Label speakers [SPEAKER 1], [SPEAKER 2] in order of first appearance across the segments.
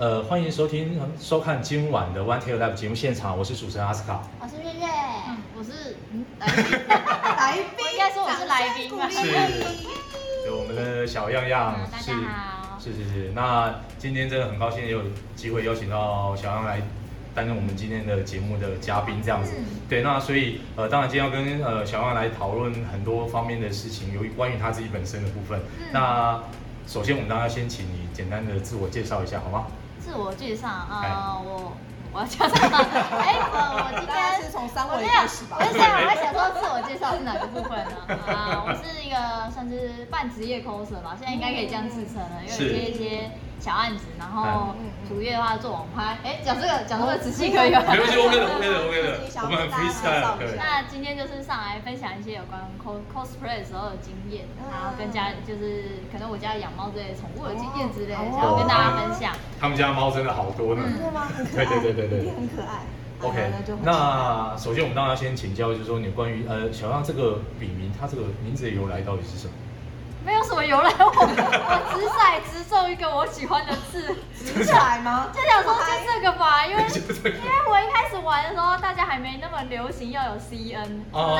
[SPEAKER 1] 呃欢迎收听、收看今晚的 One Tail Lab 节目现场，我是主持人阿斯卡。
[SPEAKER 2] 我是月月，
[SPEAKER 3] 嗯，我是嗯来
[SPEAKER 2] 来宾
[SPEAKER 3] 我应该说我是来宾啊吧
[SPEAKER 2] 掌声鼓励
[SPEAKER 1] 有我们的小样样
[SPEAKER 3] 嗯大
[SPEAKER 1] 是
[SPEAKER 3] 家好
[SPEAKER 1] 是是是。那今天真的很高兴也有机会邀请到小样来担任我们今天的节目的嘉宾，这样
[SPEAKER 3] 嗯
[SPEAKER 1] 子。对，那所以呃，当然今天要跟呃小样来讨论很多方面的事情，有关于他自己本身的部分。
[SPEAKER 3] 嗯
[SPEAKER 1] 那首先我们当然先请你简单的自我介绍一下，好吗？
[SPEAKER 3] 自我介绍
[SPEAKER 1] 哎
[SPEAKER 3] 啊，我我要讲什 么？哎，我我今
[SPEAKER 2] 大家是
[SPEAKER 3] 天。
[SPEAKER 2] 从三
[SPEAKER 3] 我
[SPEAKER 2] 维
[SPEAKER 3] 这
[SPEAKER 2] 开
[SPEAKER 3] 样，
[SPEAKER 2] 始吧
[SPEAKER 3] 我。在想，我在想说自我介绍是哪个部分呢？啊，我是一个算是半职业 coser 吧，现在应该可以这样自称了，因为
[SPEAKER 1] 是哎
[SPEAKER 3] 我接一些小案子，然后
[SPEAKER 2] 嗯嗯
[SPEAKER 3] 主业的话做网拍。哎，讲这个讲这
[SPEAKER 2] 哦
[SPEAKER 3] 个仔细可以吗？
[SPEAKER 1] 没关系，OK 的，OK 的，OK 的
[SPEAKER 2] 自己，想
[SPEAKER 1] 我们很
[SPEAKER 2] 跟大家介
[SPEAKER 1] freestyle，
[SPEAKER 2] 绍一下
[SPEAKER 1] 对。
[SPEAKER 3] 那今天就是上来分享一些有关 cos cosplay 时候的经验，然后跟家就是可能我家养猫之类的宠物的经验之类
[SPEAKER 2] 哦
[SPEAKER 3] 的，想要跟大家分享。
[SPEAKER 1] 他们家猫真的好多呢。
[SPEAKER 2] 真的吗？很可
[SPEAKER 1] 对
[SPEAKER 2] 爱，
[SPEAKER 1] 对对对对
[SPEAKER 2] 一定很可爱。
[SPEAKER 1] OK，
[SPEAKER 2] 好那就很期待
[SPEAKER 1] 那首先我们当然要先请教，就是说你关于呃小样这个笔名，它这个名字的由来到底是什么？
[SPEAKER 3] 没有什么由来，我 我直甩直中一个我喜欢的字，
[SPEAKER 2] 直起来吗？
[SPEAKER 3] 就想说就 这个吧，因为
[SPEAKER 1] 就这个
[SPEAKER 3] 因为我一开始玩的时候，大家还没那么流行要有 CN，
[SPEAKER 1] 哦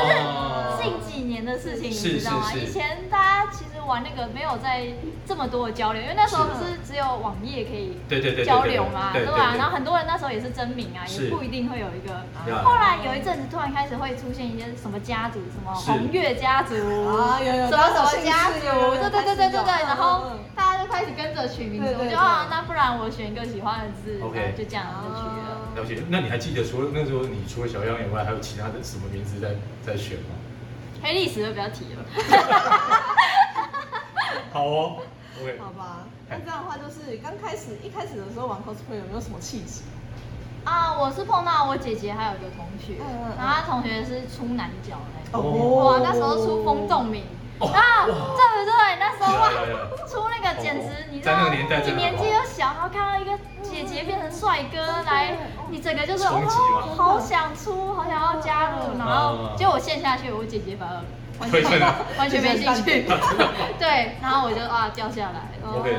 [SPEAKER 3] 这是近几年的事情，你
[SPEAKER 1] 是
[SPEAKER 3] 知道吗？
[SPEAKER 1] 是是
[SPEAKER 3] 以前大家其实玩那个没有在这么多的交流，因为那时候
[SPEAKER 1] 是
[SPEAKER 3] 不是只有网页可以
[SPEAKER 1] 对对对对对
[SPEAKER 3] 交流嘛，
[SPEAKER 1] 对对
[SPEAKER 3] 对
[SPEAKER 1] 对
[SPEAKER 3] 吧？
[SPEAKER 1] 对
[SPEAKER 3] 然后很多人那时候也是真名啊，
[SPEAKER 1] 是
[SPEAKER 3] 也不一定会有一个。啊
[SPEAKER 1] Yeah
[SPEAKER 3] 后来有一阵子突然开始会出现一些什么家族，什么
[SPEAKER 1] 是
[SPEAKER 3] 红月家族，
[SPEAKER 2] 啊有有
[SPEAKER 3] 什么什么家
[SPEAKER 2] 当时有有有
[SPEAKER 3] 族，对对对对对
[SPEAKER 2] 开始
[SPEAKER 3] 对，
[SPEAKER 2] 有
[SPEAKER 3] 然后
[SPEAKER 2] 嗯嗯嗯
[SPEAKER 3] 大家就开始跟着取名字，
[SPEAKER 2] 对对
[SPEAKER 3] 我就
[SPEAKER 2] 对
[SPEAKER 3] 啊，那不然我选一个喜欢的字
[SPEAKER 1] OK
[SPEAKER 3] 然后就这样就取了。
[SPEAKER 1] 了解。那你还记得除了那时候你除了小样以外，还有其他的什么名字在在选吗？
[SPEAKER 2] 嗯
[SPEAKER 3] 黑历史就不要提了。
[SPEAKER 1] 好哦，OK，
[SPEAKER 2] 好吧，那这样的话就是刚开始一开始的时候玩 cosplay 有没有什么契机？
[SPEAKER 3] 啊，我是碰到我姐姐还有一个同学，
[SPEAKER 2] 嗯嗯嗯
[SPEAKER 3] 然后她同学是出南角那种，
[SPEAKER 1] 哦
[SPEAKER 3] 哇，那时候出风洞名。
[SPEAKER 1] 哦
[SPEAKER 3] 啊，对
[SPEAKER 1] 哇啊
[SPEAKER 3] 不对？那时 候哇
[SPEAKER 1] 有有有，
[SPEAKER 3] 出那个简直
[SPEAKER 1] 哦
[SPEAKER 3] 你知道
[SPEAKER 1] 在那个年代，
[SPEAKER 3] 你
[SPEAKER 1] 真的
[SPEAKER 3] 年纪
[SPEAKER 1] 好
[SPEAKER 3] 又小，然后看到一个姐姐变成帅哥来，你整个就是
[SPEAKER 1] 冲击嘛
[SPEAKER 3] 哦，好想出，好想要加入，然后
[SPEAKER 1] 嗯
[SPEAKER 3] 结果我陷下去，我姐姐反而完
[SPEAKER 1] 推荐
[SPEAKER 3] 全
[SPEAKER 1] 了
[SPEAKER 3] 完全没兴 趣
[SPEAKER 1] 啊真的吗，
[SPEAKER 3] 对，然后我就啊掉下来，嗯
[SPEAKER 1] OK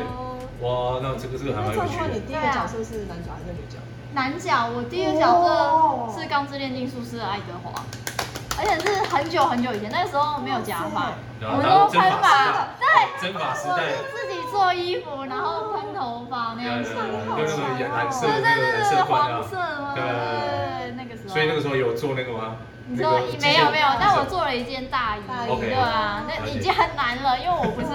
[SPEAKER 1] 哇，那这个这个还
[SPEAKER 2] 那
[SPEAKER 1] 蛮有
[SPEAKER 2] 这样的
[SPEAKER 1] 趣
[SPEAKER 2] 话，你
[SPEAKER 1] 的。
[SPEAKER 2] 第一个角色是男角还是女啊角？
[SPEAKER 3] 男角，我第一个角
[SPEAKER 2] 哦
[SPEAKER 3] 色是《钢之炼金术师》的爱德华，而且是很久很久以前，那个时候没有假发，
[SPEAKER 1] 哇塞
[SPEAKER 3] 我们都喷
[SPEAKER 1] 然后
[SPEAKER 3] 发，对，
[SPEAKER 1] 真法时
[SPEAKER 3] 我
[SPEAKER 1] 代
[SPEAKER 3] 是，自己做衣服，然后喷头发那样子，
[SPEAKER 1] 跟那个染蓝色的
[SPEAKER 3] 对对
[SPEAKER 1] 那个
[SPEAKER 3] 对
[SPEAKER 1] 染
[SPEAKER 3] 对，
[SPEAKER 1] 色罐
[SPEAKER 3] 黄色
[SPEAKER 1] 啊，
[SPEAKER 3] 的，
[SPEAKER 1] 对
[SPEAKER 3] 对
[SPEAKER 1] 对对
[SPEAKER 3] 对对，那个时候。
[SPEAKER 1] 所以那个时候有做那个吗？
[SPEAKER 3] 你
[SPEAKER 1] 那
[SPEAKER 3] 说
[SPEAKER 1] 个
[SPEAKER 3] 没有
[SPEAKER 1] 机械
[SPEAKER 3] 没有，但我做了一件大衣，
[SPEAKER 2] 大衣
[SPEAKER 3] 对啊，
[SPEAKER 1] OK
[SPEAKER 3] 那已经很难了，因为我不是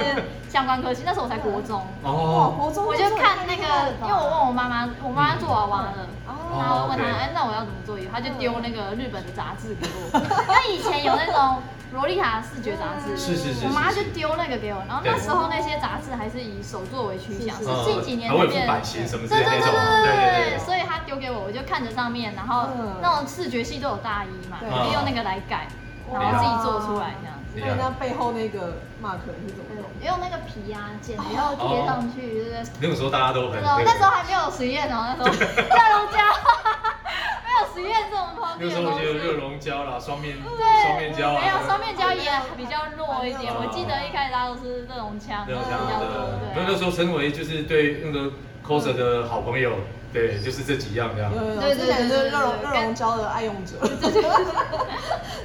[SPEAKER 3] 相关科系，那时候我才国中。
[SPEAKER 2] 哇，
[SPEAKER 1] 哦，
[SPEAKER 2] 国中
[SPEAKER 3] 我就看那个，因为我问我妈妈，我妈妈做娃娃的，
[SPEAKER 2] 哦
[SPEAKER 3] 然后我问她，
[SPEAKER 1] OK
[SPEAKER 3] 哎，那我要怎么做衣服？她就丢那个日本的杂志给我，因为以前有那种洛丽塔视觉杂志，
[SPEAKER 1] 是是是
[SPEAKER 3] 我妈
[SPEAKER 1] 是
[SPEAKER 3] 就是丢那个给我，然后
[SPEAKER 1] 对
[SPEAKER 3] 那时候那些杂志还是以手作为趋向，
[SPEAKER 2] 是是
[SPEAKER 3] 是近几年
[SPEAKER 1] 还会
[SPEAKER 3] 那
[SPEAKER 1] 有
[SPEAKER 3] 边。
[SPEAKER 1] 版型什么之
[SPEAKER 3] 对
[SPEAKER 1] 类的
[SPEAKER 3] 对对
[SPEAKER 1] 那种，
[SPEAKER 3] 对对
[SPEAKER 1] 对
[SPEAKER 3] 对，所以他丢给我，我就看着上面，然后
[SPEAKER 2] 嗯
[SPEAKER 3] 那种视觉系都有大衣嘛，
[SPEAKER 2] 对
[SPEAKER 3] 我就用那个来改，然后自己做出来这样子。
[SPEAKER 2] 那那背后那个 mark 你怎么弄？
[SPEAKER 3] 对用那个皮啊剪了以后贴上去，对不对？
[SPEAKER 1] 那个时候大家都很
[SPEAKER 3] 那时候
[SPEAKER 1] 个
[SPEAKER 3] 那时候还没有实验哦，那时候热熔胶， 没有实验这种方
[SPEAKER 1] 那
[SPEAKER 3] 面
[SPEAKER 1] 时
[SPEAKER 3] 的
[SPEAKER 1] 候
[SPEAKER 3] 东
[SPEAKER 1] 我觉得热
[SPEAKER 3] 西。
[SPEAKER 1] 熔胶啦，双面
[SPEAKER 3] 对，
[SPEAKER 1] 双面胶啊，
[SPEAKER 3] 没有双面胶也比较弱一点。
[SPEAKER 1] 啊
[SPEAKER 3] 我记得一开始大家都是热熔枪，
[SPEAKER 1] 热熔
[SPEAKER 3] 嗯比较
[SPEAKER 1] 胶的
[SPEAKER 3] 多，。
[SPEAKER 1] 没有那
[SPEAKER 3] 对啊。
[SPEAKER 1] 时候身为就是对那个 coser 的好朋友，对，就是这几样这样
[SPEAKER 2] 有。有有，之前就是热熔热熔胶的爱用者，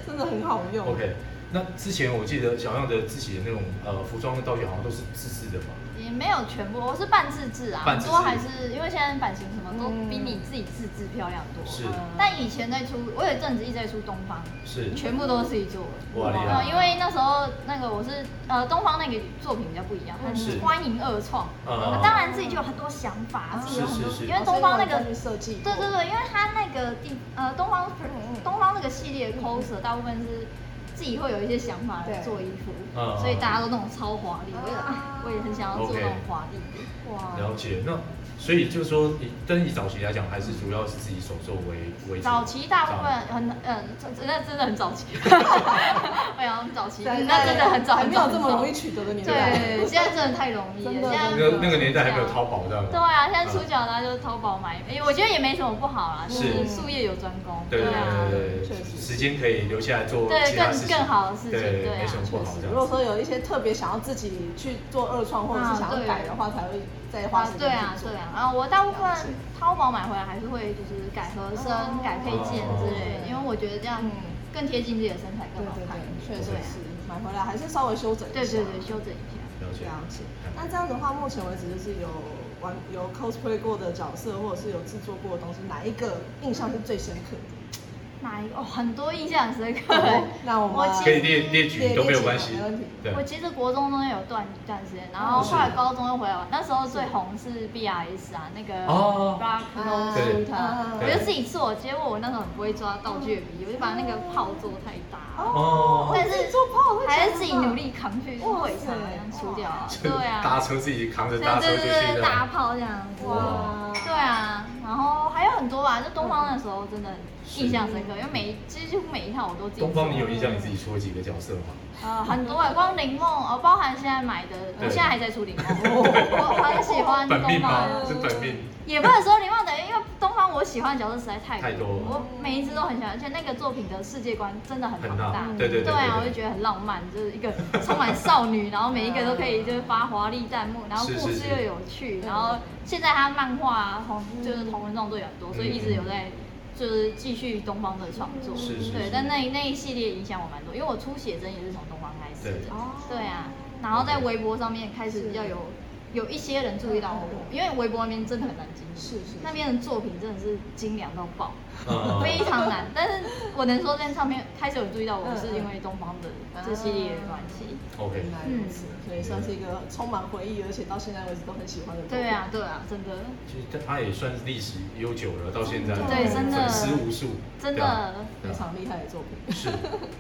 [SPEAKER 2] 真的很好用。
[SPEAKER 1] OK，那之前我记得小样的自己的那种呃服装跟道具好像都是自制的嘛，
[SPEAKER 3] 也没有全部，我是半自制啊，
[SPEAKER 1] 半
[SPEAKER 3] 很
[SPEAKER 1] 自制
[SPEAKER 3] 多还是因为现在版型什么都
[SPEAKER 2] 嗯
[SPEAKER 3] 比你自己自制漂亮多。
[SPEAKER 1] 是
[SPEAKER 3] 但以前在出，我有一阵子一直在出东方，
[SPEAKER 1] 是
[SPEAKER 3] 全部都是自己做
[SPEAKER 1] 哇
[SPEAKER 3] 的。
[SPEAKER 1] 厉害
[SPEAKER 3] 因为那时候那个我是呃东方那个作品比较不一样，它
[SPEAKER 1] 是
[SPEAKER 3] 是欢迎二创，
[SPEAKER 1] 嗯
[SPEAKER 3] 那当然自己就有很多想法，
[SPEAKER 2] 嗯
[SPEAKER 3] 自己有很多
[SPEAKER 1] 是是是，
[SPEAKER 3] 因为东方那个
[SPEAKER 2] 去。设计，
[SPEAKER 3] 对对对，因为它那个地呃东方
[SPEAKER 2] 嗯嗯
[SPEAKER 3] 东方那个系列的 coser 大部分是自己会有一些想法来
[SPEAKER 2] 对
[SPEAKER 3] 做衣服
[SPEAKER 1] 嗯，
[SPEAKER 3] 所以大家都那种超华丽，我也
[SPEAKER 2] 啊
[SPEAKER 3] 我也很想要做那种
[SPEAKER 1] OK
[SPEAKER 3] 华丽的。
[SPEAKER 2] 哇
[SPEAKER 1] 了解。那所以就是说，以但以早期来讲，还是主要是自己手做为为主。
[SPEAKER 3] 早期大部分很嗯，真那真的很早期，哎呀，很早期，那真的很早，
[SPEAKER 2] 还
[SPEAKER 3] 很
[SPEAKER 2] 没
[SPEAKER 3] 早
[SPEAKER 2] 有
[SPEAKER 3] 很
[SPEAKER 2] 这
[SPEAKER 3] 早
[SPEAKER 2] 么容易取得的年代。
[SPEAKER 3] 对，现在真的太容易
[SPEAKER 2] 真
[SPEAKER 3] 了，
[SPEAKER 2] 的
[SPEAKER 3] 现在
[SPEAKER 1] 那个那个年代还没有淘宝这样。
[SPEAKER 3] 对啊，现在出脚大家就是淘宝买，哎，我觉得也没什么不好啦，就是是术业有专攻，
[SPEAKER 1] 对对
[SPEAKER 3] 啊
[SPEAKER 1] 对对对
[SPEAKER 2] 确实
[SPEAKER 1] 时间可以留下来做
[SPEAKER 3] 对
[SPEAKER 1] 其他事
[SPEAKER 3] 更
[SPEAKER 1] 情，
[SPEAKER 3] 更好的事情
[SPEAKER 1] 对，
[SPEAKER 3] 对啊
[SPEAKER 1] 没什么不好这样
[SPEAKER 2] 如果
[SPEAKER 1] 子。
[SPEAKER 2] 说有一些特别想要自己去做二创，或者
[SPEAKER 3] 啊
[SPEAKER 2] 是想要
[SPEAKER 3] 对
[SPEAKER 2] 改的话，才会再花
[SPEAKER 3] 啊
[SPEAKER 2] 时，间
[SPEAKER 3] 对啊，
[SPEAKER 2] 去做
[SPEAKER 3] 对啊，然后我大部分
[SPEAKER 2] 了解
[SPEAKER 3] 淘宝买回来还是会就是改合身、
[SPEAKER 2] 哦
[SPEAKER 3] 改配件之类的，因为我觉得这样更贴近自己的身材，
[SPEAKER 2] 对
[SPEAKER 3] 更好
[SPEAKER 2] 对
[SPEAKER 3] 看。
[SPEAKER 2] 对，确
[SPEAKER 3] 对
[SPEAKER 2] 实
[SPEAKER 3] 啊
[SPEAKER 2] 是买回来还是稍微修整一下。
[SPEAKER 3] 对对对，修整一下。
[SPEAKER 1] 了解，
[SPEAKER 2] 了解
[SPEAKER 1] 嗯。
[SPEAKER 2] 那这样的话，目前为止就是有玩有 cosplay 过的角色，或者是有制作过的东西，哪一个印象是最深刻的？
[SPEAKER 3] 哪一个？哦，很多印象深刻
[SPEAKER 2] 好。那我们
[SPEAKER 3] 我其
[SPEAKER 1] 可以
[SPEAKER 3] 实
[SPEAKER 1] 列列举都没有关系
[SPEAKER 2] 没问题，
[SPEAKER 1] 哦对哦
[SPEAKER 3] 我，其实国中中间有段一段时间，然后
[SPEAKER 1] 是
[SPEAKER 3] 后来高中又回来玩。那时候最红是 B R S 啊，那个
[SPEAKER 1] 哦
[SPEAKER 3] Rock
[SPEAKER 2] 啊
[SPEAKER 3] No
[SPEAKER 1] 对
[SPEAKER 3] Shooter，我
[SPEAKER 1] 对
[SPEAKER 3] 就自己做，结果我那时候很不会抓道具的笔，我就把那个炮做太大了，
[SPEAKER 1] 哦
[SPEAKER 3] 但是
[SPEAKER 2] 做炮会
[SPEAKER 3] 还
[SPEAKER 2] 讲
[SPEAKER 3] 是自己
[SPEAKER 2] 话
[SPEAKER 3] 努力扛去，就是会场这样出掉啊，对
[SPEAKER 1] 搭
[SPEAKER 3] 啊，
[SPEAKER 1] 车自己扛着
[SPEAKER 3] 对
[SPEAKER 1] 搭车
[SPEAKER 3] 对
[SPEAKER 1] 出去
[SPEAKER 3] 对
[SPEAKER 1] 的，
[SPEAKER 3] 对，大炮这样子。
[SPEAKER 2] 哇，
[SPEAKER 3] 对啊，然后还有很多啊吧，就东方那时候真的印象深刻，因为每一几乎每一套我都自己做。
[SPEAKER 1] 东方，你有印象你自己出了几个角色吗？
[SPEAKER 3] 呃，很多哎，光灵梦哦，包含现在买的，我
[SPEAKER 1] 对
[SPEAKER 3] 现在还在出灵梦，我很喜欢
[SPEAKER 1] 本命
[SPEAKER 3] 东
[SPEAKER 1] 吗
[SPEAKER 3] 方，？
[SPEAKER 1] 是本命。
[SPEAKER 3] 也不能说灵梦等于，因为东方我喜欢的角色实在太
[SPEAKER 1] 太多了
[SPEAKER 3] 我每一只都很喜欢，而且那个作品的世界观真的很庞
[SPEAKER 1] 很
[SPEAKER 3] 大
[SPEAKER 1] 大，对对对
[SPEAKER 3] 对
[SPEAKER 1] 对对
[SPEAKER 3] 啊，我就觉得很浪漫，就是一个充满少女，然后每一个都可以就是发华丽弹幕，然后
[SPEAKER 1] 是
[SPEAKER 3] 故
[SPEAKER 1] 是
[SPEAKER 3] 事
[SPEAKER 1] 是
[SPEAKER 3] 又有趣，然后现在他漫画啊同就是同人动作也很多，所以一直有
[SPEAKER 1] 嗯
[SPEAKER 3] 在。就是继续东方的创作，
[SPEAKER 1] 是是
[SPEAKER 3] 对
[SPEAKER 1] 是，
[SPEAKER 3] 但那一那一系列影响我蛮多，因为我出写真也是从东方开始的
[SPEAKER 1] 对，
[SPEAKER 2] 哦
[SPEAKER 3] 对啊，然后在微博上面开始比较有有一些人注意到我，因为微博那边真的很难经营，
[SPEAKER 2] 是是
[SPEAKER 3] 那边的作品真的是精良到爆，
[SPEAKER 1] 嗯
[SPEAKER 3] 非常难。但是我能说这张唱片开始有注意到我，是因为东方的
[SPEAKER 1] 嗯
[SPEAKER 3] 这系列的关系。
[SPEAKER 1] OK，
[SPEAKER 2] 原来如此，所以嗯算是一个充满回忆，而且到现在为止都很喜欢的。
[SPEAKER 3] 对啊，，对啊，真的，
[SPEAKER 1] 其实它也算是历史悠久了，到现在
[SPEAKER 3] 对真的
[SPEAKER 1] 粉丝无数，
[SPEAKER 3] 真
[SPEAKER 1] 对啊
[SPEAKER 3] 的。
[SPEAKER 1] 对
[SPEAKER 2] 非
[SPEAKER 1] 啊
[SPEAKER 2] 常厉害的作品。
[SPEAKER 1] 是，